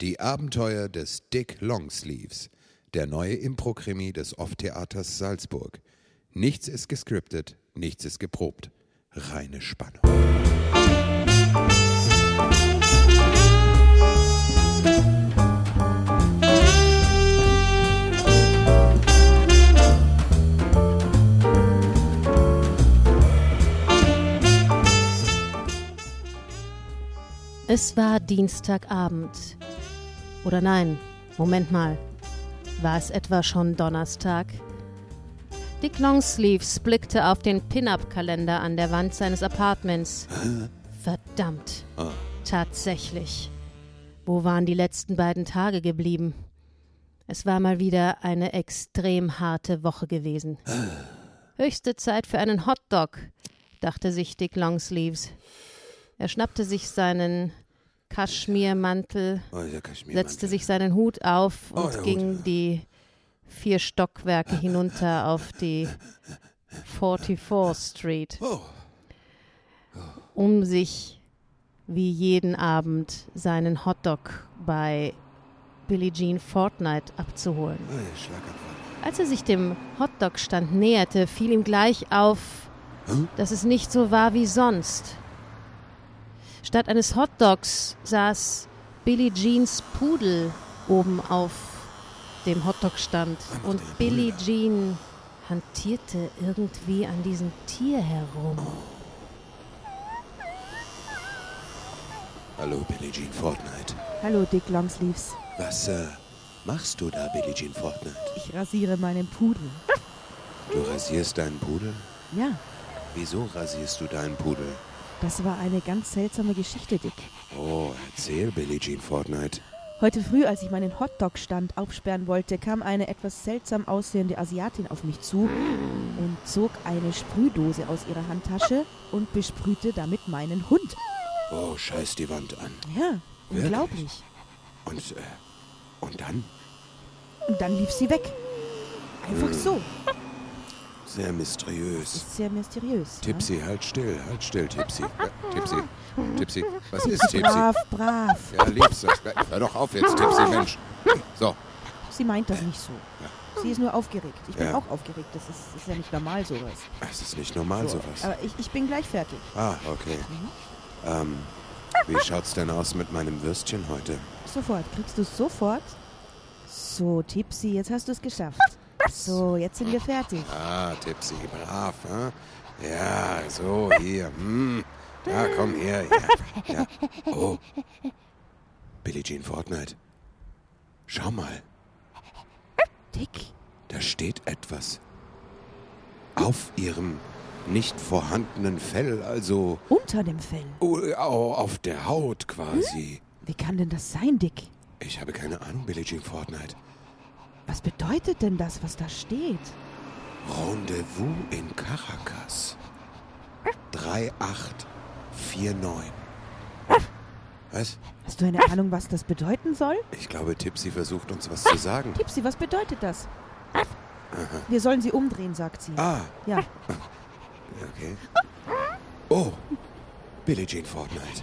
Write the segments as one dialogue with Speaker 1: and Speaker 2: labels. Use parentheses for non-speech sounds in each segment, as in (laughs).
Speaker 1: Die Abenteuer des Dick Longsleeves, der neue Impro-Krimi des Off-Theaters Salzburg. Nichts ist gescriptet, nichts ist geprobt. Reine Spannung.
Speaker 2: Es war Dienstagabend. Oder nein, Moment mal. War es etwa schon Donnerstag? Dick Longsleeves blickte auf den Pin-Up-Kalender an der Wand seines Apartments. Verdammt. Tatsächlich. Wo waren die letzten beiden Tage geblieben? Es war mal wieder eine extrem harte Woche gewesen. Höchste Zeit für einen Hotdog, dachte sich Dick Longsleeves. Er schnappte sich seinen Kaschmirmantel,
Speaker 1: Oh, der Kaschmirmantel.
Speaker 2: setzte sich seinen Hut auf
Speaker 1: Oh,
Speaker 2: und
Speaker 1: der Hut.
Speaker 2: ging die vier Stockwerke hinunter auf die 44th Street,
Speaker 1: Oh,
Speaker 2: um sich wie jeden Abend seinen Hotdog bei Billie Jean Fortnite abzuholen.
Speaker 1: oh, der Schlaganfall.
Speaker 2: Als er sich dem Hotdog-Stand näherte, fiel ihm gleich auf,
Speaker 1: Hm?
Speaker 2: dass es nicht so war wie sonst. Statt eines Hotdogs saß Billie Jeans Pudel oben auf dem Hotdog-Stand und Billie Jean hantierte irgendwie an diesem Tier herum.
Speaker 1: Hallo, Billie Jean Fortnite.
Speaker 3: Hallo Dick Longsleeves.
Speaker 1: Was äh, machst du da, Billie Jean Fortnite?
Speaker 3: Ich rasiere meinen Pudel.
Speaker 1: Du rasierst deinen Pudel?
Speaker 3: Ja,
Speaker 1: Wieso rasierst du deinen Pudel?
Speaker 3: das war eine ganz seltsame Geschichte, Dick.
Speaker 1: Oh, erzähl, Billie Jean Fortnite.
Speaker 3: Heute früh, als ich meinen Hotdog-Stand aufsperren wollte, kam eine etwas seltsam aussehende Asiatin auf mich zu und zog eine Sprühdose aus ihrer Handtasche und besprühte damit meinen Hund.
Speaker 1: Oh, scheiß die Wand an.
Speaker 3: Ja, unglaublich.
Speaker 1: Und, äh, und dann?
Speaker 3: Und dann lief sie weg. Einfach so.
Speaker 1: Äh. Sehr mysteriös.
Speaker 3: Sehr mysteriös. ne?
Speaker 1: Tipsy, halt still, halt still, Tipsy.
Speaker 3: (laughs)
Speaker 1: Äh, Tipsy, Tipsy, was ist
Speaker 3: Ja?
Speaker 1: Tipsy?
Speaker 3: Brav, brav.
Speaker 1: Ja, liebst du. Hör doch auf jetzt, Tipsy, Mensch. So,
Speaker 3: Sie meint das nicht so. Sie ist nur aufgeregt. Ich bin
Speaker 1: Äh. Ja.
Speaker 3: auch aufgeregt. Das ist, ist ja nicht normal sowas.
Speaker 1: es ist nicht normal
Speaker 3: So,
Speaker 1: sowas.
Speaker 3: Aber ich, ich bin gleich fertig.
Speaker 1: Ah, okay. Ähm, wie schaut's denn aus mit meinem Würstchen heute?
Speaker 3: Sofort. Kriegst du es sofort? So, Tipsy, jetzt hast du es geschafft. So, jetzt sind wir fertig.
Speaker 1: Ah, Tipsy, brav, hä? Ja, so, hier, hm. Ja, komm her, ja, ja. Oh, Billie Jean Fortnite. Schau mal,
Speaker 3: Dick,
Speaker 1: da steht etwas. Auf ihrem nicht vorhandenen Fell, also
Speaker 3: unter dem Fell.
Speaker 1: oh, au- auf der Haut quasi.
Speaker 3: Wie kann denn das sein, Dick?
Speaker 1: Ich habe keine Ahnung, Billie Jean Fortnite.
Speaker 3: Was bedeutet denn das, was da steht?
Speaker 1: Rendezvous in Caracas. 3849. Was?
Speaker 3: Hast du eine Ahnung, was das bedeuten soll?
Speaker 1: Ich glaube, Tipsy versucht uns was zu sagen.
Speaker 3: (laughs) Tipsy, was bedeutet das? Wir sollen sie umdrehen, sagt sie.
Speaker 1: Ah,
Speaker 3: Ja,
Speaker 1: okay. Oh, Billie Jean Fortnite.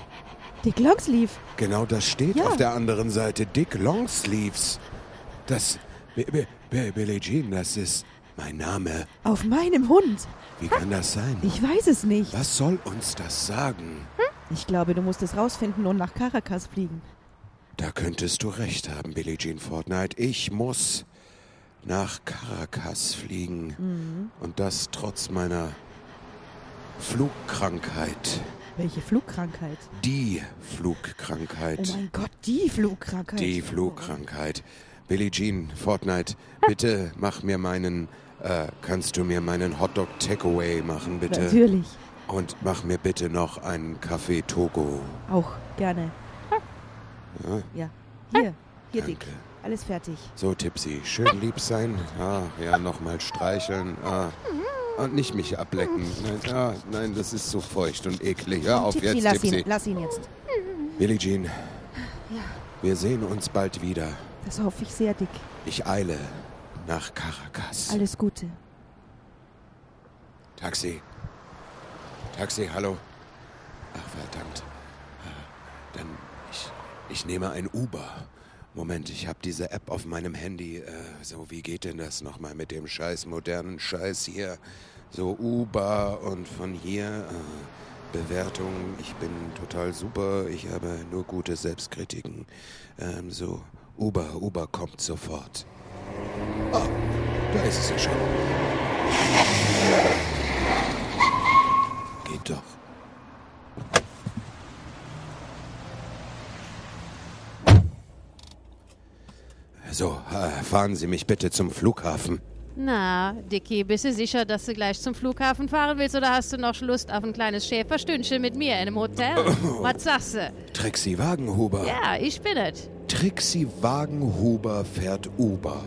Speaker 3: Dick Longsleeve.
Speaker 1: Genau das steht
Speaker 3: Ja.
Speaker 1: auf der anderen Seite. Dick Longsleeves. Das. B B B Billie Jean, das ist mein Name.
Speaker 3: Auf meinem Hund.
Speaker 1: Wie kann das sein?
Speaker 3: Ich weiß es nicht.
Speaker 1: Was soll uns das sagen?
Speaker 3: Ich glaube, du musst es rausfinden und nach Caracas fliegen.
Speaker 1: Da könntest du recht haben, Billie Jean Fortnite. Ich muss nach Caracas fliegen.
Speaker 3: Mhm.
Speaker 1: Und das trotz meiner Flugkrankheit.
Speaker 3: Welche Flugkrankheit?
Speaker 1: Die
Speaker 3: Oh
Speaker 1: Flugkrankheit.
Speaker 3: mein Gott, die Flugkrankheit.
Speaker 1: Die Flugkrankheit. Billie Jean
Speaker 3: (laughs)
Speaker 1: Fortnite, bitte mach mir meinen. Äh, kannst du mir meinen Hotdog Takeaway machen, bitte?
Speaker 3: Natürlich.
Speaker 1: Und mach mir bitte noch einen Kaffee Togo.
Speaker 3: Auch gerne.
Speaker 1: Ja?
Speaker 3: Ja. Hier. Hier,
Speaker 1: Danke.
Speaker 3: Dick. Alles fertig.
Speaker 1: So, Tipsy, schön lieb sein. Ah, ja, nochmal streicheln. Ah.
Speaker 3: Mhm.
Speaker 1: Und nicht mich ablecken. Nein, ah, nein, das ist so feucht und eklig. Hör auf
Speaker 3: Mhm, Tipsy,
Speaker 1: jetzt,
Speaker 3: lass
Speaker 1: Tipsy.
Speaker 3: ihn. Lass ihn jetzt.
Speaker 1: Billie Jean, wir sehen uns bald wieder.
Speaker 3: Das hoffe ich sehr, Dick.
Speaker 1: Ich eile nach Caracas.
Speaker 3: Alles Gute.
Speaker 1: Taxi. Taxi, hallo. Ach, verdammt. Ah, Dann, ich, ich nehme ein Uber. Moment, ich habe diese App auf meinem Handy. Äh, so, wie geht denn das nochmal mit dem scheiß modernen Scheiß hier? So Uber und von hier äh, Bewertung. Ich bin total super. Ich habe nur gute Selbstkritiken. Ähm, so, Uber, Uber kommt sofort. Ah, da ist es ja schon. Geht doch. So, äh, fahren Sie mich bitte zum Flughafen.
Speaker 2: Na, Dicky, bist du sicher, dass du gleich zum Flughafen fahren willst oder hast du noch Lust auf ein kleines Schäferstündchen mit mir in einem
Speaker 1: (coughs)
Speaker 2: Hotel? Was sagst du?
Speaker 1: Trixi Wagenhuber.
Speaker 2: Ja, ich bin es.
Speaker 1: Trixi Wagenhuber fährt Uber.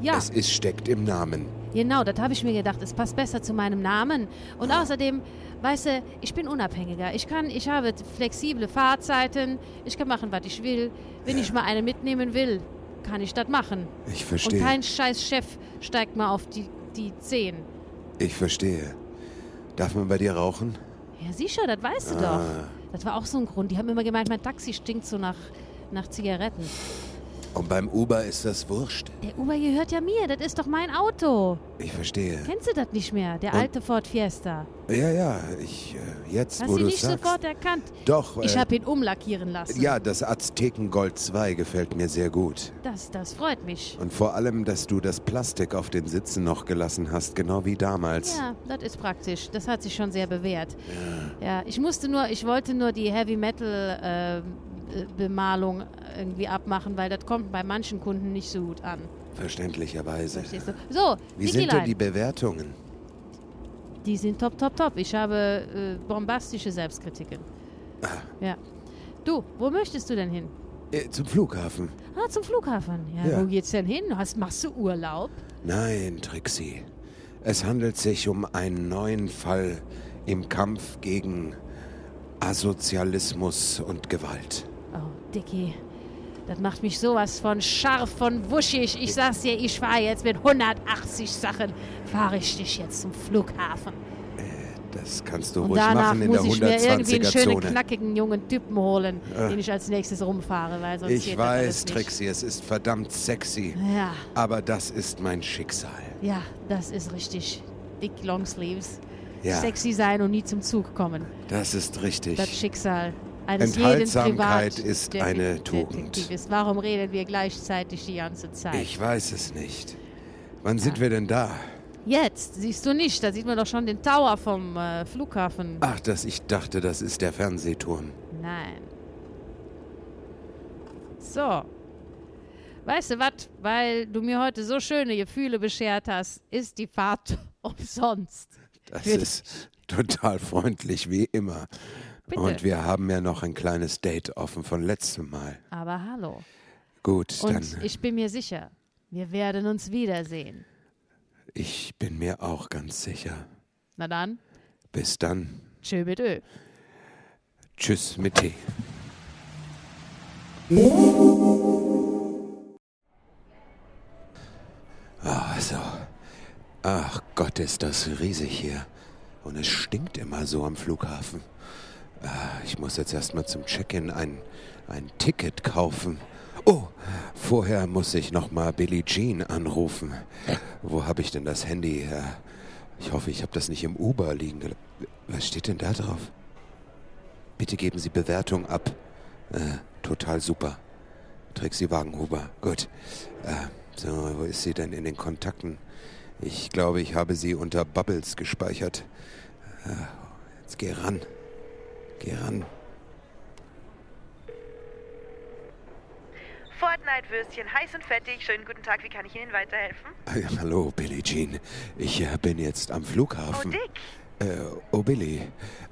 Speaker 2: Ja,
Speaker 1: Es ist steckt im Namen.
Speaker 2: genau, das habe ich mir gedacht. Es passt besser zu meinem Namen. Und außerdem, weißt du, ich bin unabhängiger. Ich kann, ich habe flexible Fahrzeiten. Ich kann machen, was ich will. Wenn ich mal eine mitnehmen will, kann ich das machen.
Speaker 1: Ich
Speaker 2: Und
Speaker 1: verstehe.
Speaker 2: kein scheiß Chef steigt mal auf die, die Zehen.
Speaker 1: ich verstehe. Darf man bei dir rauchen?
Speaker 2: Ja, sicher, das weißt du
Speaker 1: Ah.
Speaker 2: doch. Das war auch so ein Grund. Die haben immer gemeint, mein Taxi stinkt so nach, nach Zigaretten.
Speaker 1: Und beim Uber ist das Wurscht.
Speaker 2: Der Uber gehört ja mir, das ist doch mein Auto.
Speaker 1: Ich verstehe.
Speaker 2: Kennst du das nicht mehr? Der
Speaker 1: Und-
Speaker 2: alte Ford Fiesta.
Speaker 1: Ja, ja, ich, äh, jetzt,
Speaker 2: Hast
Speaker 1: wo
Speaker 2: du ihn
Speaker 1: du
Speaker 2: nicht
Speaker 1: sagst.
Speaker 2: sofort erkannt?
Speaker 1: Doch,
Speaker 2: Ich
Speaker 1: äh,
Speaker 2: habe ihn umlackieren lassen.
Speaker 1: ja, das Aztekengold 2 gefällt mir sehr gut.
Speaker 2: Das, das freut mich.
Speaker 1: Und vor allem, dass du das Plastik auf den Sitzen noch gelassen hast, genau wie damals.
Speaker 2: Ja, das ist praktisch. Das hat sich schon sehr bewährt. Ja, ich musste nur, ich wollte nur die Heavy Metal ähm, äh, Bemalung irgendwie abmachen, weil das kommt bei manchen Kunden nicht so gut an.
Speaker 1: Verständlicherweise.
Speaker 2: Verstehst du? So,
Speaker 1: Wie sind denn
Speaker 2: Digilein.
Speaker 1: die Bewertungen?
Speaker 2: Die sind top, top, top. Ich habe äh, bombastische Selbstkritiken.
Speaker 1: Ah.
Speaker 2: Ja. Du, wo möchtest du denn hin?
Speaker 1: Äh, zum Flughafen.
Speaker 2: Ah, zum Flughafen. Ja,
Speaker 1: Ja.
Speaker 2: wo geht's denn hin? Hast, machst du Urlaub?
Speaker 1: Nein, Trixie. Es handelt sich um einen neuen Fall im Kampf gegen Asozialismus und Gewalt.
Speaker 2: Oh, Dicky. Das macht mich sowas von scharf, von wuschig. Ich sag's dir, ich fahre jetzt mit 180 Sachen, fahre ich dich jetzt zum Flughafen.
Speaker 1: Das kannst du
Speaker 2: Und
Speaker 1: ruhig
Speaker 2: danach
Speaker 1: machen in der
Speaker 2: muss ich mir irgendwie einen
Speaker 1: 120er
Speaker 2: schönen,
Speaker 1: Zone. Äh.
Speaker 2: knackigen, jungen Typen holen, den ich als nächstes rumfahre, weil sonst
Speaker 1: Ich
Speaker 2: geht das
Speaker 1: weiß,
Speaker 2: alles nicht.
Speaker 1: Trixie, es ist verdammt sexy.
Speaker 2: Ja.
Speaker 1: Aber das ist mein Schicksal.
Speaker 2: Ja, das ist richtig. Dick Longsleeves.
Speaker 1: Ja.
Speaker 2: Sexy sein und nie zum Zug kommen.
Speaker 1: Das ist
Speaker 2: Das
Speaker 1: richtig.
Speaker 2: Schicksal eines jeden
Speaker 1: Enthaltsamkeit
Speaker 2: Privat
Speaker 1: ist eine
Speaker 2: Detek-
Speaker 1: Tugend.
Speaker 2: Detektiv Ist. Warum reden wir gleichzeitig die ganze Zeit?
Speaker 1: Ich weiß es nicht. Wann sind wir denn da?
Speaker 2: Jetzt siehst du nicht, da sieht man doch schon den Tower vom äh, Flughafen.
Speaker 1: Ach, dass ich dachte, das ist der Fernsehturm.
Speaker 2: Nein. So. Weißt du was? Weil du mir heute so schöne Gefühle beschert hast, ist die Fahrt (laughs) umsonst.
Speaker 1: Das
Speaker 2: Für-
Speaker 1: ist total freundlich, wie immer.
Speaker 2: Bitte.
Speaker 1: Und wir haben ja noch ein kleines Date offen von letztem Mal.
Speaker 2: Aber hallo.
Speaker 1: Gut,
Speaker 2: Und
Speaker 1: dann. äh,
Speaker 2: ich bin mir sicher, wir werden uns wiedersehen.
Speaker 1: Ich bin mir auch ganz sicher.
Speaker 2: Na dann,
Speaker 1: Bis dann.
Speaker 2: tschö mit Ö.
Speaker 1: Tschüss mit Tee. Ah, so. Ach Gott, ist das riesig hier. Und es stinkt immer so am Flughafen. Ah, ich muss jetzt erstmal zum Check-in ein, ein Ticket kaufen. Oh, vorher muss ich nochmal Billie Jean anrufen. Wo habe ich denn das Handy her? Ich hoffe, ich habe das nicht im Uber liegen. gel- Was steht denn da drauf? Bitte geben Sie Bewertung ab. Äh, total super. Trixi Wagenhuber. Gut. Äh, so, wo ist sie denn in den Kontakten? Ich glaube, ich habe sie unter Bubbles gespeichert. Äh, jetzt geh ran. Geh ran. (laughs)
Speaker 4: Fortnite-Würstchen, heiß und fettig. Schönen guten Tag, wie kann ich Ihnen weiterhelfen?
Speaker 1: Äh, hallo, Billie Jean. Ich äh, bin jetzt am
Speaker 4: Oh,
Speaker 1: Flughafen.
Speaker 4: Dick,
Speaker 1: äh, oh Billy.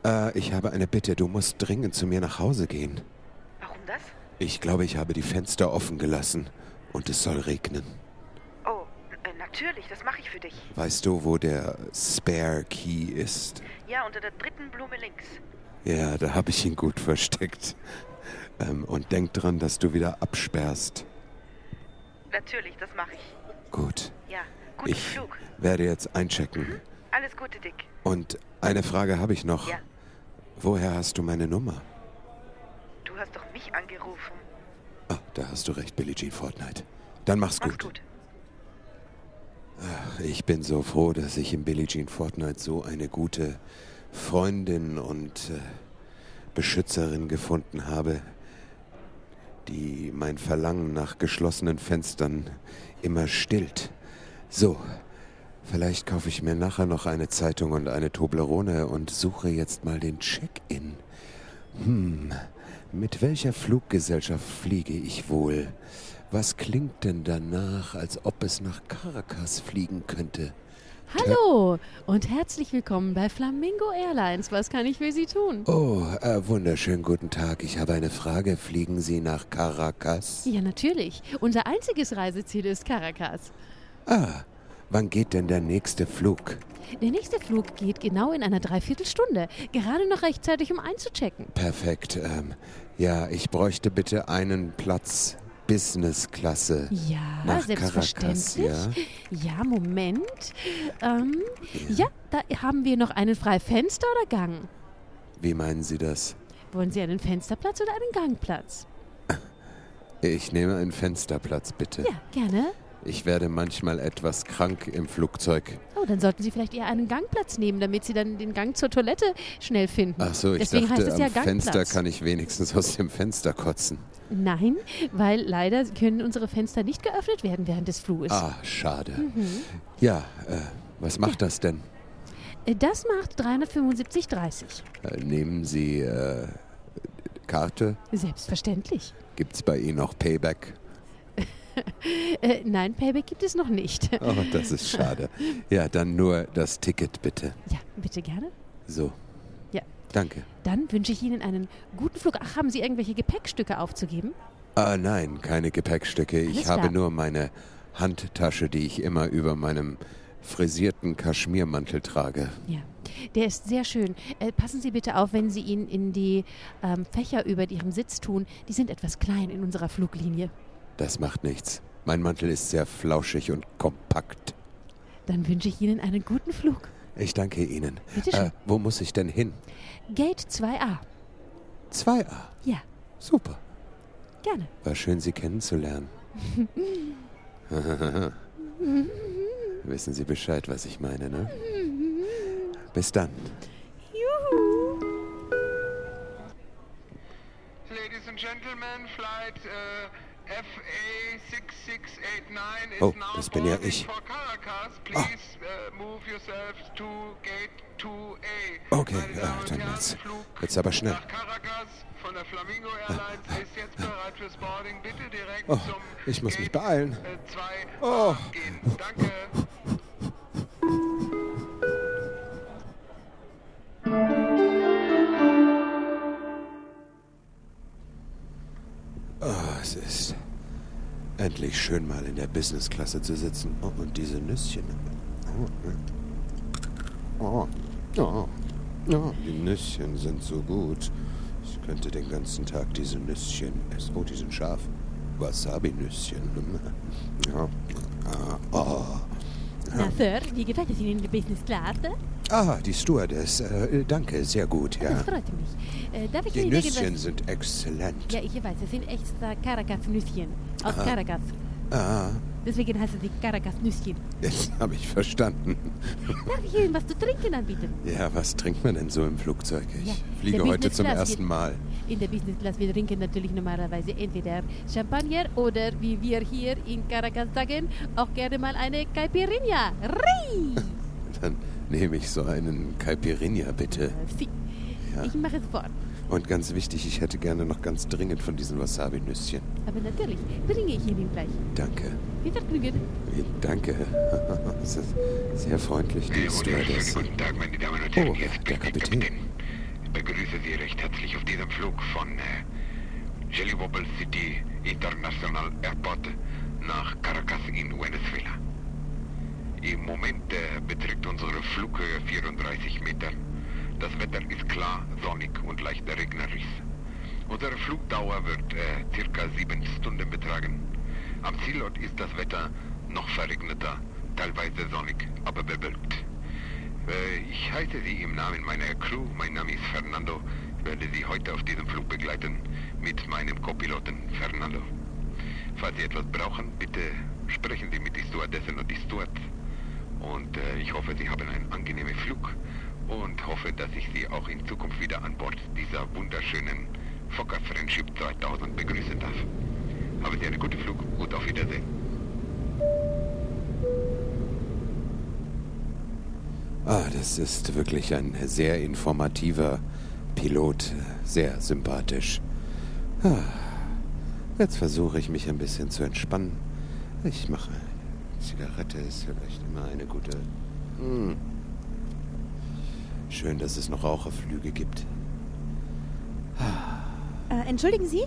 Speaker 1: Äh, ich habe eine Bitte. Du musst dringend zu mir nach Hause gehen.
Speaker 4: warum das?
Speaker 1: Ich glaube, ich habe die Fenster offen gelassen. Und es soll regnen.
Speaker 4: Oh, n- äh, natürlich, das mache ich für dich.
Speaker 1: Weißt du, wo der Spare Key ist?
Speaker 4: Ja, unter der dritten Blume links.
Speaker 1: Ja, da habe ich ihn gut versteckt. Ähm, und denk dran, dass du wieder absperrst.
Speaker 4: Natürlich, das mache ich.
Speaker 1: Gut.
Speaker 4: Ja, guten
Speaker 1: ich
Speaker 4: Flug. Mhm.
Speaker 1: werde jetzt einchecken.
Speaker 4: Alles Gute, Dick.
Speaker 1: Und eine Frage habe ich noch.
Speaker 4: Ja.
Speaker 1: Woher hast du meine Nummer?
Speaker 4: Du hast doch mich angerufen.
Speaker 1: Ah, da hast du recht, Billie Jean Fortnite. Dann mach's
Speaker 4: Mach's
Speaker 1: gut. Ah,
Speaker 4: gut.
Speaker 1: Ich bin so froh, dass ich im Billie Jean Fortnite so eine gute Freundin und äh, Beschützerin gefunden habe, die mein Verlangen nach geschlossenen Fenstern immer stillt. So, vielleicht kaufe ich mir nachher noch eine Zeitung und eine Toblerone und suche jetzt mal den Check-in. Hm, mit welcher Fluggesellschaft fliege ich wohl? Was klingt denn danach, als ob es nach Caracas fliegen könnte?
Speaker 2: Hallo und herzlich willkommen bei Flamingo Airlines. Was kann ich für Sie tun?
Speaker 1: Oh, äh, wunderschönen guten Tag. Ich habe eine Frage. Fliegen Sie nach Caracas?
Speaker 2: Ja, natürlich. Unser einziges Reiseziel ist Caracas.
Speaker 1: Ah, wann geht denn der nächste Flug?
Speaker 2: Der nächste Flug geht genau in einer Dreiviertelstunde. Gerade noch rechtzeitig, um einzuchecken.
Speaker 1: Perfekt. Ähm, ja, ich bräuchte bitte einen Platz Business-Klasse.
Speaker 2: Ja,
Speaker 1: Nach
Speaker 2: selbstverständlich.
Speaker 1: Caracas,
Speaker 2: ja? Moment. Ähm, ja. da haben wir noch einen freien Fenster oder Gang.
Speaker 1: Wie meinen Sie das?
Speaker 2: Wollen Sie einen Fensterplatz oder einen Gangplatz?
Speaker 1: Ich nehme einen Fensterplatz, bitte.
Speaker 2: Ja, gerne.
Speaker 1: Ich werde manchmal etwas krank im Flugzeug.
Speaker 2: Oh, dann sollten Sie vielleicht eher einen Gangplatz nehmen, damit Sie dann den Gang zur Toilette schnell finden.
Speaker 1: Ach so, ich
Speaker 2: Deswegen
Speaker 1: dachte,
Speaker 2: heißt es ja
Speaker 1: am Fenster
Speaker 2: Gangplatz.
Speaker 1: kann ich wenigstens aus dem Fenster kotzen.
Speaker 2: Nein, weil leider können unsere Fenster nicht geöffnet werden während des Fluges.
Speaker 1: Ah, schade.
Speaker 2: Mhm.
Speaker 1: Ja, äh, was macht das denn?
Speaker 2: Das macht 375,30.
Speaker 1: Äh, nehmen Sie äh, Karte?
Speaker 2: Selbstverständlich.
Speaker 1: Gibt's bei Ihnen auch Payback?
Speaker 2: Äh, nein, Payback gibt es noch nicht. (laughs)
Speaker 1: Oh, das ist schade. Ja, dann nur das Ticket bitte.
Speaker 2: Ja, bitte gerne.
Speaker 1: So.
Speaker 2: Ja.
Speaker 1: Danke.
Speaker 2: Dann wünsche ich Ihnen einen guten Flug. Ach, haben Sie irgendwelche Gepäckstücke aufzugeben?
Speaker 1: Ah, nein, keine Gepäckstücke. Ich
Speaker 2: Alles
Speaker 1: habe
Speaker 2: klar.
Speaker 1: nur meine Handtasche, die ich immer über meinem frisierten Kaschmirmantel trage.
Speaker 2: Ja, der ist sehr schön. Äh, passen Sie bitte auf, wenn Sie ihn in die ähm, Fächer über Ihrem Sitz tun. Die sind etwas klein in unserer Fluglinie.
Speaker 1: Das macht nichts. Mein Mantel ist sehr flauschig und kompakt.
Speaker 2: Dann wünsche ich Ihnen einen guten Flug.
Speaker 1: Ich danke Ihnen.
Speaker 2: Bitte schön.
Speaker 1: Äh, wo muss ich denn hin?
Speaker 2: Gate 2a.
Speaker 1: 2a.
Speaker 2: Ja,
Speaker 1: Super.
Speaker 2: gerne.
Speaker 1: War schön, Sie
Speaker 2: (laughs)
Speaker 1: kennenzulernen. Wissen Sie Bescheid, was ich meine, ne? Bis dann.
Speaker 5: Ladies and gentlemen, flight uh, FA6689 is
Speaker 1: Oh,
Speaker 5: now
Speaker 1: das bin ja
Speaker 5: boarding
Speaker 1: ich. Ah.
Speaker 5: for Caracas. Please uh, move yourself to gate 2A.
Speaker 1: Okay,
Speaker 5: Meine Damen
Speaker 1: ah,
Speaker 5: und
Speaker 1: dann
Speaker 5: Herren,
Speaker 1: jetzt-
Speaker 5: Flug
Speaker 1: jetzt aber schnell.
Speaker 5: Nach Caracas von der Flamingo Airlines ist jetzt bereit fürs Boarding. Bitte direkt
Speaker 1: Ah, Oh,
Speaker 5: zum
Speaker 1: ich muss mich
Speaker 5: Gate,
Speaker 1: beeilen.
Speaker 5: äh, 2
Speaker 1: Oh.
Speaker 5: gehen. Danke.
Speaker 1: Oh, es ist endlich schön, mal in der Businessklasse zu sitzen. Oh, und diese Nüsschen. Oh, oh, oh, oh, die Nüsschen sind so gut. Ich könnte den ganzen Tag diese Nüsschen essen. Oh, die sind scharf. Wasabi-Nüsschen. Mm. Ja. Ah, oh.
Speaker 2: Na, Sir, wie gefällt es Ihnen in der Business Class?
Speaker 1: ah, die Stewardess. Äh, danke, sehr gut, ja.
Speaker 2: Das freut mich. Äh, darf ich
Speaker 1: Die
Speaker 2: Ihnen
Speaker 1: Nüsschen
Speaker 2: irgendwas...
Speaker 1: sind exzellent.
Speaker 2: Ja, ich weiß, es sind extra Caracas-Nüsschen. Aus Caracas.
Speaker 1: Ah,
Speaker 2: Deswegen heißen sie Caracas-Nüsschen.
Speaker 1: jetzt habe ich verstanden.
Speaker 2: Darf ich Ihnen was zu trinken anbieten?
Speaker 1: Ja, was trinkt man denn so im Flugzeug? Ich
Speaker 2: Ja,
Speaker 1: fliege
Speaker 2: der
Speaker 1: heute
Speaker 2: Business
Speaker 1: zum
Speaker 2: Class
Speaker 1: ersten
Speaker 2: geht-
Speaker 1: Mal.
Speaker 2: In der Business Class, wir trinken natürlich normalerweise entweder Champagner oder, wie wir hier in Caracas sagen, auch gerne mal eine Caipirinha.
Speaker 1: (laughs)
Speaker 2: Ri!
Speaker 1: Dann nehme ich so einen Caipirinha bitte.
Speaker 2: Sie.
Speaker 1: Ja.
Speaker 2: Ich mache es fort.
Speaker 1: Und ganz wichtig, ich hätte gerne noch ganz dringend von diesen Wasabi-Nüsschen.
Speaker 2: Aber natürlich bringe ich Ihnen gleich.
Speaker 1: Danke.
Speaker 2: Wir vergnügen.
Speaker 1: Eh, Danke. (laughs) Es ist Sehr freundlich, die Stewardess.
Speaker 5: Guten Tag, meine Damen und
Speaker 1: Oh,
Speaker 5: Herren. Hier ist
Speaker 1: der Kapitän.
Speaker 5: Ich begrüße Sie recht herzlich auf diesem Flug von äh, Jellywobble City International Airport nach Caracas in Venezuela. Im Moment äh, beträgt unsere Flughöhe 34 Meter. Das Wetter ist klar, sonnig und leicht regnerisch. Unsere Flugdauer wird äh, circa sieben Stunden betragen. Am Zielort ist das Wetter noch verregneter, teilweise sonnig, aber bewölkt. Äh, Ich heiße Sie im Namen meiner Crew. Mein Name ist Fernando. werde Sie heute auf diesem Flug begleiten mit meinem Copiloten Fernando. Falls Sie etwas brauchen, bitte sprechen Sie mit die Stewardessen und die Stewards. Und äh, ich hoffe, Sie haben einen angenehmen Flug und hoffe, dass ich Sie auch in Zukunft wieder an Bord dieser wunderschönen Fokker Friendship 2000 begrüßen darf. Haben Sie einen guten Flug und auf Wiedersehen.
Speaker 1: Ah, das ist wirklich ein sehr informativer Pilot. Sehr sympathisch. Ah, jetzt versuche ich mich ein bisschen zu entspannen. Ich mache. Zigarette ist vielleicht immer eine gute. Hm. Schön, dass es noch Raucherflüge gibt.
Speaker 3: Äh, entschuldigen Sie,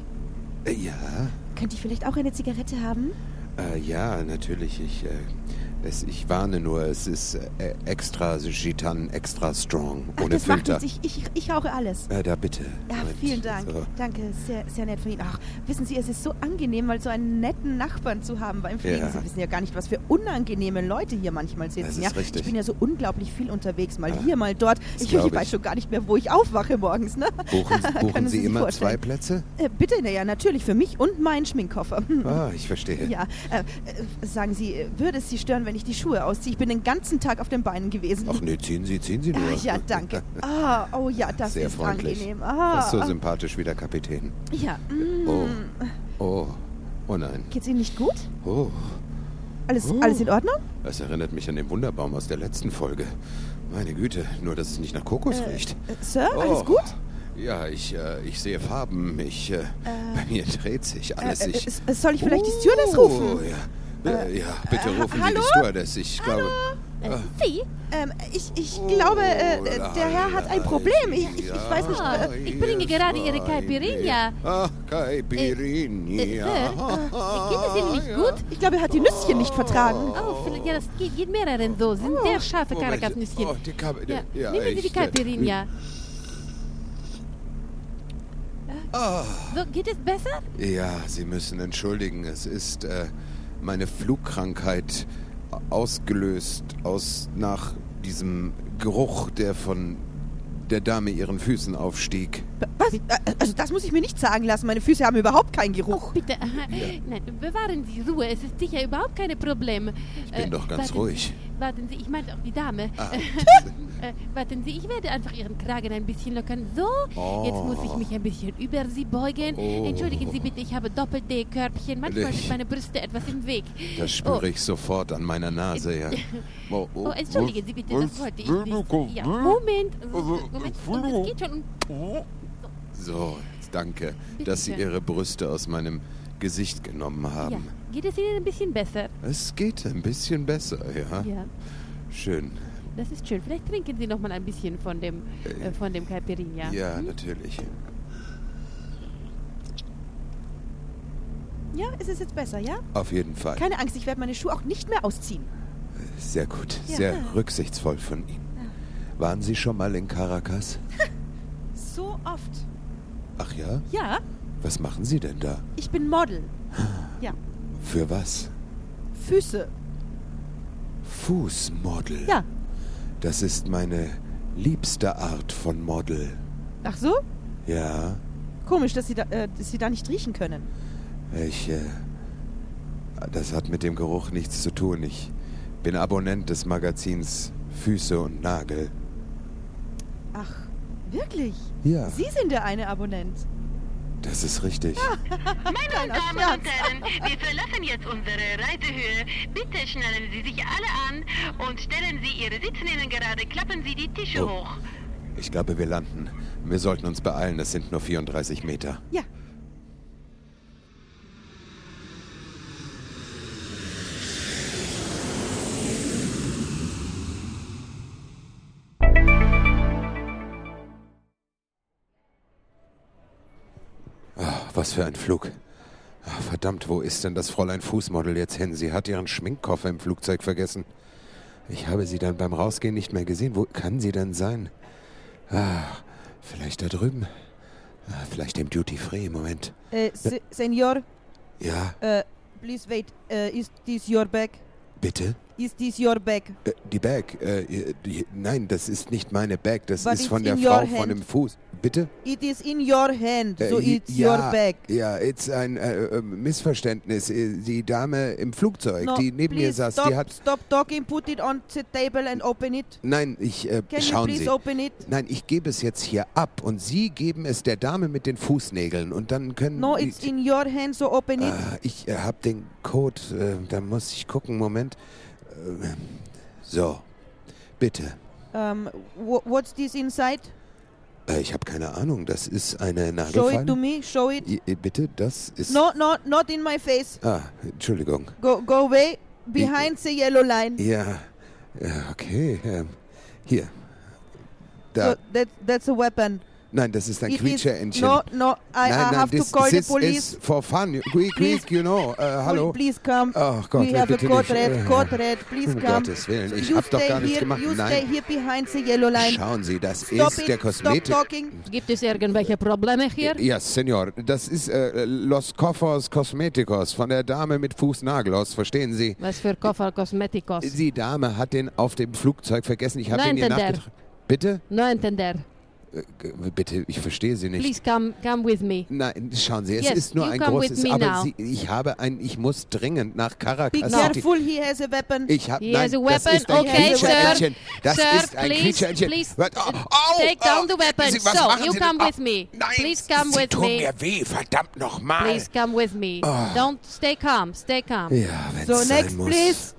Speaker 1: Äh, Ja,
Speaker 3: könnte ich vielleicht auch eine Zigarette haben?
Speaker 1: äh, ja, natürlich. Ich, äh, es, ich warne nur, es ist äh, extra Gitan, extra strong,
Speaker 3: Ach,
Speaker 1: ohne
Speaker 3: das
Speaker 1: Filter.
Speaker 3: macht nichts. Ich, ich, ich rauche alles.
Speaker 1: Äh, da bitte.
Speaker 3: Ja,
Speaker 1: Und
Speaker 3: vielen Dank.
Speaker 1: so.
Speaker 3: Danke, sehr, sehr nett von Ihnen. Ach, wissen Sie, es ist so angenehm, mal so einen netten Nachbarn zu haben beim Fliegen.
Speaker 1: Ja.
Speaker 3: Sie wissen ja gar nicht, was für unangenehme Leute hier manchmal sitzen.
Speaker 1: Das ist
Speaker 3: ja?
Speaker 1: richtig.
Speaker 3: Ich bin ja so unglaublich viel unterwegs, mal
Speaker 1: Ja.
Speaker 3: hier, mal dort.
Speaker 1: Das
Speaker 3: Ich,
Speaker 1: glaub
Speaker 3: ich weiß
Speaker 1: ich.
Speaker 3: schon gar nicht mehr, wo ich aufwache morgens. Ne? (laughs)
Speaker 1: Buchen, buchen
Speaker 3: Können
Speaker 1: Sie,
Speaker 3: Sie sich
Speaker 1: immer zwei
Speaker 3: vorstellen.
Speaker 1: Plätze?
Speaker 3: Äh, bitte, na ja, natürlich, für mich und meinen Schminkkoffer. Hm.
Speaker 1: Ah, ich verstehe.
Speaker 3: Ja, äh, äh, sagen Sie, äh, würde es Sie stören, wenn ich die Schuhe ausziehe? Ich bin den ganzen Tag auf den Beinen gewesen.
Speaker 1: Ach nee, ziehen Sie, ziehen Sie nur.
Speaker 3: (laughs) Ah, (laughs) ja,
Speaker 1: (laughs)
Speaker 3: danke. Ah, oh ja, das
Speaker 1: Sehr
Speaker 3: ist
Speaker 1: freundlich.
Speaker 3: angenehm. Ah,
Speaker 1: Fast so
Speaker 3: ah,
Speaker 1: sympathisch wie der Kapitän.
Speaker 3: ja. mm.
Speaker 1: Oh. Oh. Oh nein.
Speaker 3: Geht's Ihnen nicht gut?
Speaker 1: Oh.
Speaker 3: Alles,
Speaker 1: Oh.
Speaker 3: alles in Ordnung?
Speaker 1: Das erinnert mich an den Wunderbaum aus der letzten Folge. Meine Güte, nur dass es nicht nach Kokos riecht.
Speaker 3: Äh, Sir,
Speaker 1: Oh.
Speaker 3: alles gut?
Speaker 1: Ja, ich, äh, ich sehe Farben. Ich, äh, bei mir dreht sich alles.
Speaker 3: Äh,
Speaker 1: ich,
Speaker 3: äh, s- soll ich vielleicht die
Speaker 1: Oh,
Speaker 3: Stewardess rufen?
Speaker 1: Ja, äh, ja bitte rufen Sie die Stewardess. Ich glaube.
Speaker 2: äh,
Speaker 1: Ah.
Speaker 2: Sie?
Speaker 3: Ähm, ich,
Speaker 1: Oh,
Speaker 3: ich glaube, äh, äh, der Herr hat ein Problem. Ich, ich, ich weiß nicht.
Speaker 2: Ja.
Speaker 3: Äh,
Speaker 2: ich bringe gerade Ihre Caipirinha.
Speaker 1: Ach,
Speaker 2: Äh,
Speaker 1: Ah, Caipirinha.
Speaker 2: Sir, geht es Ihnen nicht gut?
Speaker 3: ich glaube, er hat die Nüsschen nicht vertragen.
Speaker 2: Oh, vielleicht, ja, das geht, geht mehreren so. Sind sehr scharfe Karakatnüsschen.
Speaker 1: Oh, die Kap
Speaker 2: ja.
Speaker 1: ja,
Speaker 2: Nehmen Sie die
Speaker 1: echt, äh,
Speaker 2: Caipirinha.
Speaker 1: Ah.
Speaker 2: So, geht es besser?
Speaker 1: äh, Ja, Sie müssen entschuldigen. Es ist äh, meine Flugkrankheit ausgelöst aus nach diesem Geruch, der von der Dame ihren Füßen aufstieg.
Speaker 3: Was? Äh, Also das muss ich mir nicht sagen lassen. Meine Füße haben überhaupt keinen Geruch.
Speaker 2: Bitte, nein, bewahren Sie Ruhe. Es ist sicher überhaupt kein Problem. Ich
Speaker 1: bin doch ganz
Speaker 2: warten
Speaker 1: ruhig. Ah.
Speaker 2: Sie, warten Sie, ich meinte auch die Dame.
Speaker 1: (laughs)
Speaker 2: Äh, warten Sie, ich werde einfach Ihren Kragen ein bisschen lockern. So, jetzt muss ich mich ein bisschen über Sie beugen.
Speaker 1: Oh.
Speaker 2: Entschuldigen Sie bitte, ich habe Doppel-D-Körbchen. Manchmal
Speaker 1: Ich-
Speaker 2: sind meine Brüste etwas im Weg.
Speaker 1: Das spüre ich sofort an meiner Nase,
Speaker 2: (laughs)
Speaker 1: ja. Oh, oh,
Speaker 2: Oh, entschuldigen Sie bitte, das wollte ich nicht. Ja,
Speaker 1: Hm?
Speaker 2: Moment, Moment, Also, es geht schon. um,
Speaker 1: So, danke,
Speaker 2: Bitte
Speaker 1: dass Sie
Speaker 2: schön.
Speaker 1: Ihre Brüste aus meinem Gesicht genommen
Speaker 2: Ja,
Speaker 1: haben.
Speaker 2: geht es Ihnen ein bisschen besser?
Speaker 1: Es geht ein bisschen besser, ja.
Speaker 2: Ja,
Speaker 1: Schön.
Speaker 2: das ist schön. Vielleicht trinken Sie noch mal ein bisschen von dem, äh, von dem Caipirinha.
Speaker 1: Ja, natürlich.
Speaker 3: Ja, ist es jetzt besser, ja?
Speaker 1: Auf jeden Fall.
Speaker 3: Keine Angst, ich werde meine Schuhe auch nicht mehr ausziehen.
Speaker 1: Sehr gut,
Speaker 3: Ja.
Speaker 1: sehr rücksichtsvoll von Ihnen. Waren Sie schon mal in Caracas?
Speaker 3: So oft.
Speaker 1: Ach ja?
Speaker 3: Ja,
Speaker 1: Was machen Sie denn da?
Speaker 3: ich bin Model.
Speaker 1: Für was?
Speaker 3: Füße.
Speaker 1: Fußmodel.
Speaker 3: Ja.
Speaker 1: Das ist meine liebste Art von Model.
Speaker 3: Ach so?
Speaker 1: Ja.
Speaker 3: Komisch, dass Sie da, äh, dass Sie da nicht riechen können.
Speaker 1: Ich, äh, das hat mit dem Geruch nichts zu tun. Ich bin Abonnent des Magazins Füße und Nagel.
Speaker 3: Ach, wirklich?
Speaker 1: Ja,
Speaker 3: Sie sind der eine Abonnent.
Speaker 1: das ist richtig.
Speaker 3: Kleiner
Speaker 6: Damen und
Speaker 3: Scherz.
Speaker 6: Herren, wir verlassen jetzt unsere Reisehöhe. Bitte schnallen Sie sich alle an und stellen Sie Ihre Sitznehmer gerade, klappen Sie die Tische
Speaker 1: Oh.
Speaker 6: hoch.
Speaker 1: Ich glaube, wir landen. Wir sollten uns beeilen. Das sind nur 34 Meter.
Speaker 3: Ja.
Speaker 1: Ach, Oh, was für ein Flug. Ach, Ah, verdammt, wo ist denn das Fräulein Fußmodel jetzt hin? Sie hat ihren Schminkkoffer im Flugzeug vergessen. Ich habe sie dann beim Rausgehen nicht mehr gesehen. Wo kann sie denn sein? Ah, vielleicht da drüben. Ah, vielleicht im Duty Free im Moment.
Speaker 3: Äh, se eh, Senior,
Speaker 1: Ja,
Speaker 3: äh, please wait, äh, is Eh, this your bag?
Speaker 1: bitte?
Speaker 3: Is this your bag?
Speaker 1: Äh, die Bag. Äh, die, nein, das ist nicht meine Bag. Das
Speaker 3: But
Speaker 1: ist
Speaker 3: it's
Speaker 1: von der
Speaker 3: in your
Speaker 1: Frau von
Speaker 3: hand.
Speaker 1: dem Fuß. Bitte?
Speaker 3: It is in your hand, so
Speaker 1: Äh, j-
Speaker 3: it's
Speaker 1: ja,
Speaker 3: your bag.
Speaker 1: Ja, it's ein äh, äh, Missverständnis. Äh, Die Dame im Flugzeug,
Speaker 3: No,
Speaker 1: die neben mir
Speaker 3: please
Speaker 1: saß,
Speaker 3: stop,
Speaker 1: die hat...
Speaker 3: Stop talking, put it on the table and open it.
Speaker 1: Nein, ich... Äh,
Speaker 3: Can
Speaker 1: schauen
Speaker 3: you please
Speaker 1: Sie.
Speaker 3: open it?
Speaker 1: Nein, ich gebe es jetzt hier ab und Sie geben es der Dame mit den Fußnägeln und dann können...
Speaker 3: No,
Speaker 1: die-
Speaker 3: it's in your hand, so open it.
Speaker 1: Ah, ich äh, hab den Code, äh, da muss ich gucken, Moment. Ähm, so, bitte.
Speaker 3: Um, wh- what's this inside?
Speaker 1: Äh, ich habe keine Ahnung, das ist eine
Speaker 3: Show it to
Speaker 1: Nagelfeile.
Speaker 3: me, show it.
Speaker 1: I- äh, Bitte, das ist...
Speaker 3: No, no, not in my face.
Speaker 1: Ah, Entschuldigung.
Speaker 3: Go, go away, behind the yellow line.
Speaker 1: Ja, ja, okay. Ähm, hier. Da.
Speaker 3: So that, that's a weapon.
Speaker 1: nein, das ist ein
Speaker 3: It is-
Speaker 1: Quietscheentchen.
Speaker 3: No, no, I,
Speaker 1: nein,
Speaker 3: I
Speaker 1: nein,
Speaker 3: have
Speaker 1: this,
Speaker 3: to call
Speaker 1: this
Speaker 3: the police.
Speaker 1: is for fun. You- Quick,
Speaker 3: Please.
Speaker 1: quick, you know. Äh, hallo.
Speaker 3: Please come.
Speaker 1: Ach Gott,
Speaker 3: we have a
Speaker 1: bitte
Speaker 3: code
Speaker 1: nicht.
Speaker 3: red,
Speaker 1: Äh,
Speaker 3: code red. Please
Speaker 1: um
Speaker 3: come.
Speaker 1: Gottes Willen, ich
Speaker 3: you
Speaker 1: hab doch
Speaker 3: stay
Speaker 1: gar nichts
Speaker 3: here,
Speaker 1: gemacht.
Speaker 3: You stay
Speaker 1: Nein.
Speaker 3: here behind the yellow line.
Speaker 1: Schauen Sie, das
Speaker 3: Stop
Speaker 1: ist
Speaker 3: it.
Speaker 1: der Kosmetik.
Speaker 3: Stop talking.
Speaker 2: Gibt es irgendwelche Probleme hier?
Speaker 1: Ja, Senor, das ist äh, Los Coffers Cosmeticos von der Dame mit Fußnagelos, verstehen Sie?
Speaker 2: Was für Koffer Kosmetikos?
Speaker 1: Die Dame hat den auf dem Flugzeug vergessen. Ich habe ihn
Speaker 2: Nein,
Speaker 1: ihr
Speaker 2: denn der-
Speaker 1: nachgetragen. Bitte?
Speaker 2: No entender.
Speaker 1: Äh, g- bitte, ich verstehe Sie nicht.
Speaker 2: Please come, come with me.
Speaker 1: Nein, schauen Sie, es
Speaker 2: Yes,
Speaker 1: ist nur
Speaker 2: you
Speaker 1: ein
Speaker 2: come with
Speaker 1: großes,
Speaker 2: me
Speaker 1: aber
Speaker 2: now.
Speaker 1: Sie, ich habe ein, ich muss dringend nach
Speaker 3: Be
Speaker 1: Caracas. City.
Speaker 3: careful, he has a weapon.
Speaker 1: Ich habe,
Speaker 2: He
Speaker 1: nein,
Speaker 2: has a
Speaker 1: das ist
Speaker 2: weapon.
Speaker 1: ein
Speaker 2: Okay,
Speaker 3: sir.
Speaker 1: Quietscheentchen. Das
Speaker 2: Sir,
Speaker 1: ist ein
Speaker 2: please,
Speaker 1: Quietscheentchen.
Speaker 2: please,
Speaker 1: Wört- oh, oh,
Speaker 2: Take down
Speaker 1: oh,
Speaker 2: the weapon.
Speaker 1: Sie, was
Speaker 2: so,
Speaker 1: machen
Speaker 2: you
Speaker 1: Sie denn?
Speaker 2: come
Speaker 1: Ah,
Speaker 2: with me.
Speaker 1: Nein,
Speaker 2: Please come
Speaker 1: Sie
Speaker 2: with
Speaker 1: tun
Speaker 2: me.
Speaker 1: mir weh, verdammt nochmal.
Speaker 2: Please come with me.
Speaker 1: Ah.
Speaker 2: Don't stay calm. Stay calm.
Speaker 1: Ja, wenn's
Speaker 3: So,
Speaker 1: sein
Speaker 3: next,
Speaker 1: muss.
Speaker 3: please.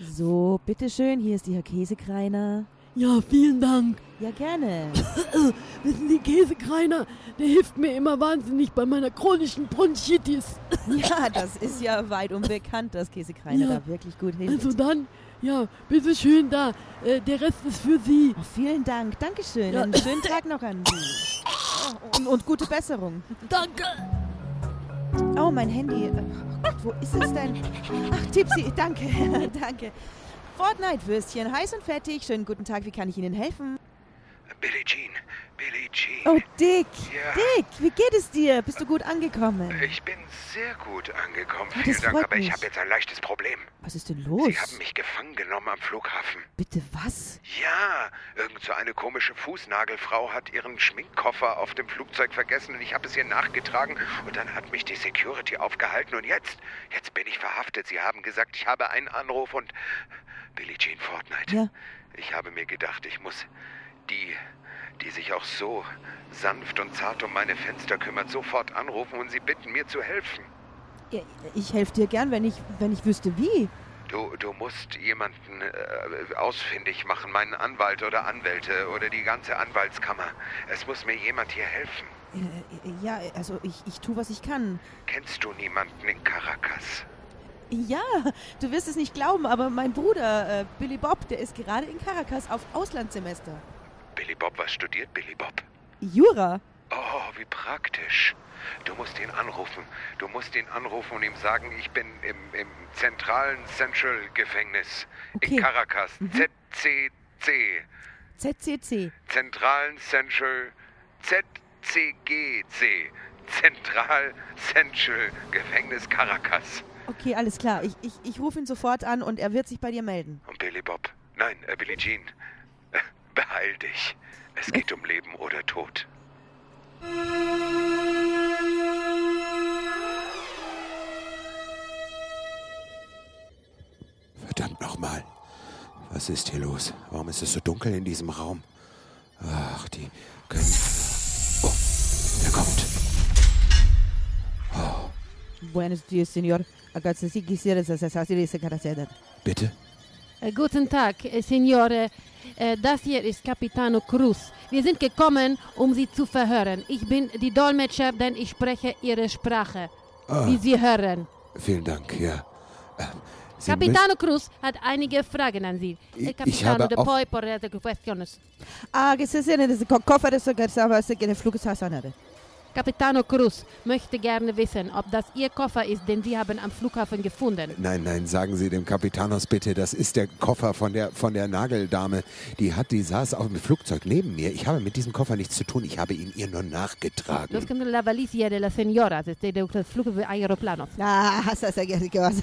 Speaker 3: So, bitteschön, hier ist Ihr Käsekreiner.
Speaker 7: Ja, vielen Dank.
Speaker 3: Ja, gerne.
Speaker 1: (laughs)
Speaker 7: Wissen Sie, Käsekreiner, der hilft mir immer wahnsinnig bei meiner chronischen Bronchitis.
Speaker 3: ja, das ist ja weit unbekannt, dass Käsekreiner
Speaker 7: Ja.
Speaker 3: da wirklich gut hilft.
Speaker 7: Also dann, ja, bitteschön da. Äh, der Rest ist für Sie.
Speaker 3: Oh, vielen Dank, Dankeschön.
Speaker 7: Ja.
Speaker 3: Einen schönen Tag noch an Sie. Und, und gute Besserung.
Speaker 7: Danke.
Speaker 3: Oh, mein Handy. Oh Gott, wo ist es denn? Ach, Tipsy, danke, (laughs) danke. Fortnite-Würstchen, heiß und fertig. Schönen guten Tag, wie kann ich Ihnen helfen?
Speaker 5: Billie Jean, Billie Jean.
Speaker 3: Oh, Dick,
Speaker 5: Ja.
Speaker 3: Dick, wie geht es dir? Bist du gut angekommen?
Speaker 5: Ich bin sehr gut angekommen.
Speaker 3: das
Speaker 5: Vielen Dank,
Speaker 3: freut
Speaker 5: aber ich
Speaker 3: mich.
Speaker 5: habe jetzt ein leichtes Problem.
Speaker 3: Was ist denn los?
Speaker 5: Sie haben mich gefangen genommen am Flughafen.
Speaker 3: Bitte was?
Speaker 5: Ja, irgend so eine komische Fußnagelfrau hat ihren Schminkkoffer auf dem Flugzeug vergessen und ich habe es ihr nachgetragen und dann hat mich die Security aufgehalten und jetzt, jetzt bin ich verhaftet. Sie haben gesagt, ich habe einen Anruf und Billie Jean Fortnite.
Speaker 3: Ja.
Speaker 5: Ich habe mir gedacht, ich muss die, die sich auch so sanft und zart um meine Fenster kümmert, sofort anrufen und sie bitten, mir zu helfen.
Speaker 3: Ja, Ich helfe dir gern, wenn ich, wenn ich wüsste wie.
Speaker 5: Du, du musst jemanden äh, ausfindig machen, meinen Anwalt oder Anwälte oder die ganze Anwaltskammer. Es muss mir jemand hier helfen.
Speaker 3: Äh, Ja, also ich, ich tue, was ich kann.
Speaker 5: Kennst du niemanden in Caracas?
Speaker 3: Ja, du wirst es nicht glauben, aber mein Bruder, äh, Billy Bob, der ist gerade in Caracas auf Auslandssemester.
Speaker 5: Billy Bob, was studiert Billy Bob?
Speaker 3: Jura.
Speaker 5: Oh, wie praktisch. Du musst ihn anrufen. Du musst ihn anrufen und ihm sagen, ich bin im, im zentralen Central-Gefängnis
Speaker 3: Okay.
Speaker 5: in Caracas. ZCC.
Speaker 3: ZCC.
Speaker 5: Zentralen Central ZCGC Zentral Central Gefängnis Caracas.
Speaker 3: Okay, alles klar. Ich, ich, ich rufe ihn sofort an und er wird sich bei dir melden.
Speaker 5: Und Billy Bob, nein, äh, Billie Jean, äh, beeil dich. Es geht um Leben oder Tod.
Speaker 1: Verdammt nochmal. Was ist hier los? Warum ist es so dunkel in diesem Raum? Ach, die können. Oh, er kommt.
Speaker 3: Buenos dias, Senor.
Speaker 1: Bitte?
Speaker 2: Äh, Guten Tag, äh, Signore. Äh, Das hier ist Capitano Cruz. Wir sind gekommen, um Sie zu verhören. Ich bin die Dolmetscher, denn ich spreche Ihre Sprache, wie Sie hören.
Speaker 1: Ah, Vielen Dank, ja. Äh, Sie
Speaker 2: Capitano Cruz hat einige Fragen an Sie.
Speaker 1: Ich-
Speaker 2: Äh,
Speaker 1: ich
Speaker 2: Capitano,
Speaker 1: habe
Speaker 2: de
Speaker 1: auch-
Speaker 2: poi porre de questiones.
Speaker 3: Ah, gesehen, das ist Koffer, das ist der Flug ist
Speaker 2: Capitano Cruz möchte gerne wissen, ob das Ihr Koffer ist, den Sie haben am Flughafen gefunden.
Speaker 1: Nein, nein, sagen Sie dem Kapitanos bitte, das ist der Koffer von der, von der Nageldame. Die hat, die saß auf dem Flugzeug neben mir. Ich habe mit diesem Koffer nichts zu tun. Ich habe ihn ihr nur nachgetragen.
Speaker 2: Los con la valicia de la señora desde el Flug de Aeroplanos.
Speaker 3: Ah, das ist geworden.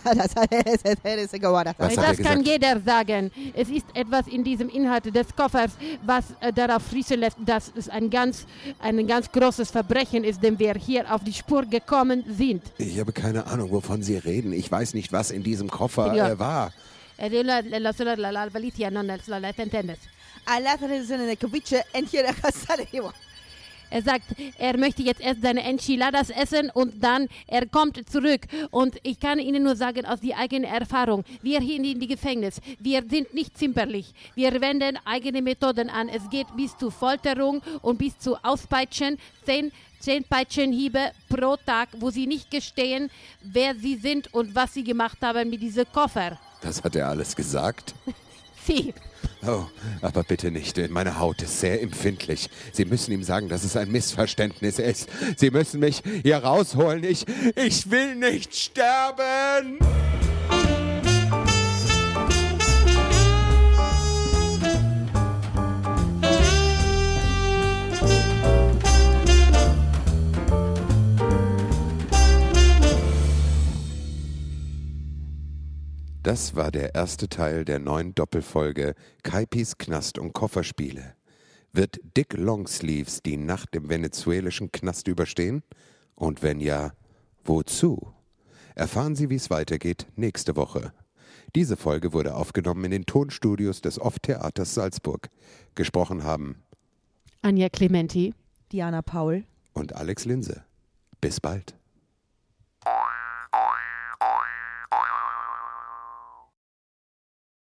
Speaker 3: Das ist geworden.
Speaker 1: Was hat er
Speaker 2: das kann
Speaker 1: gesagt?
Speaker 2: jeder sagen. Es ist etwas in diesem Inhalt des Koffers, was äh, darauf schließen lässt, dass es ein ganz, ein ganz großes Verbrechen ist, dem wir hier auf die Spur gekommen sind.
Speaker 1: Ich habe keine Ahnung, wovon Sie reden. Ich weiß nicht, was in diesem Koffer
Speaker 2: Ja.
Speaker 1: äh, war.
Speaker 2: Eh, de la- la- la- la- la- la Valicia, no, no, la- la- entiendes. Er sagt, er möchte jetzt erst seine Enchiladas essen und dann er kommt zurück. Und ich kann Ihnen nur sagen, aus die eigene Erfahrung, wir hier in die Gefängnis, wir sind nicht zimperlich. Wir wenden eigene Methoden an. Es geht bis zu Folterung und bis zu Auspeitschen. Zehn, zehn Peitschenhiebe pro Tag, wo sie nicht gestehen, wer sie sind und was sie gemacht haben mit diesem Koffer.
Speaker 1: Das hat er alles gesagt.
Speaker 2: Sie.
Speaker 1: Oh, aber bitte nicht. Meine Haut ist sehr empfindlich. Sie müssen ihm sagen, dass es ein Missverständnis ist. Sie müssen mich hier rausholen. Ich, ich will nicht sterben. Das war der erste Teil der neuen Doppelfolge Kaipis Knast und Kofferspiele. Wird Dick Longsleeves die Nacht im venezuelischen Knast überstehen? Und wenn ja, wozu? Erfahren Sie, wie es weitergeht nächste Woche. Diese Folge wurde aufgenommen in den Tonstudios des Off-Theaters Salzburg. Gesprochen haben
Speaker 2: Anja Clementi.
Speaker 3: Diana Paul.
Speaker 1: und Alex Linse. Bis bald.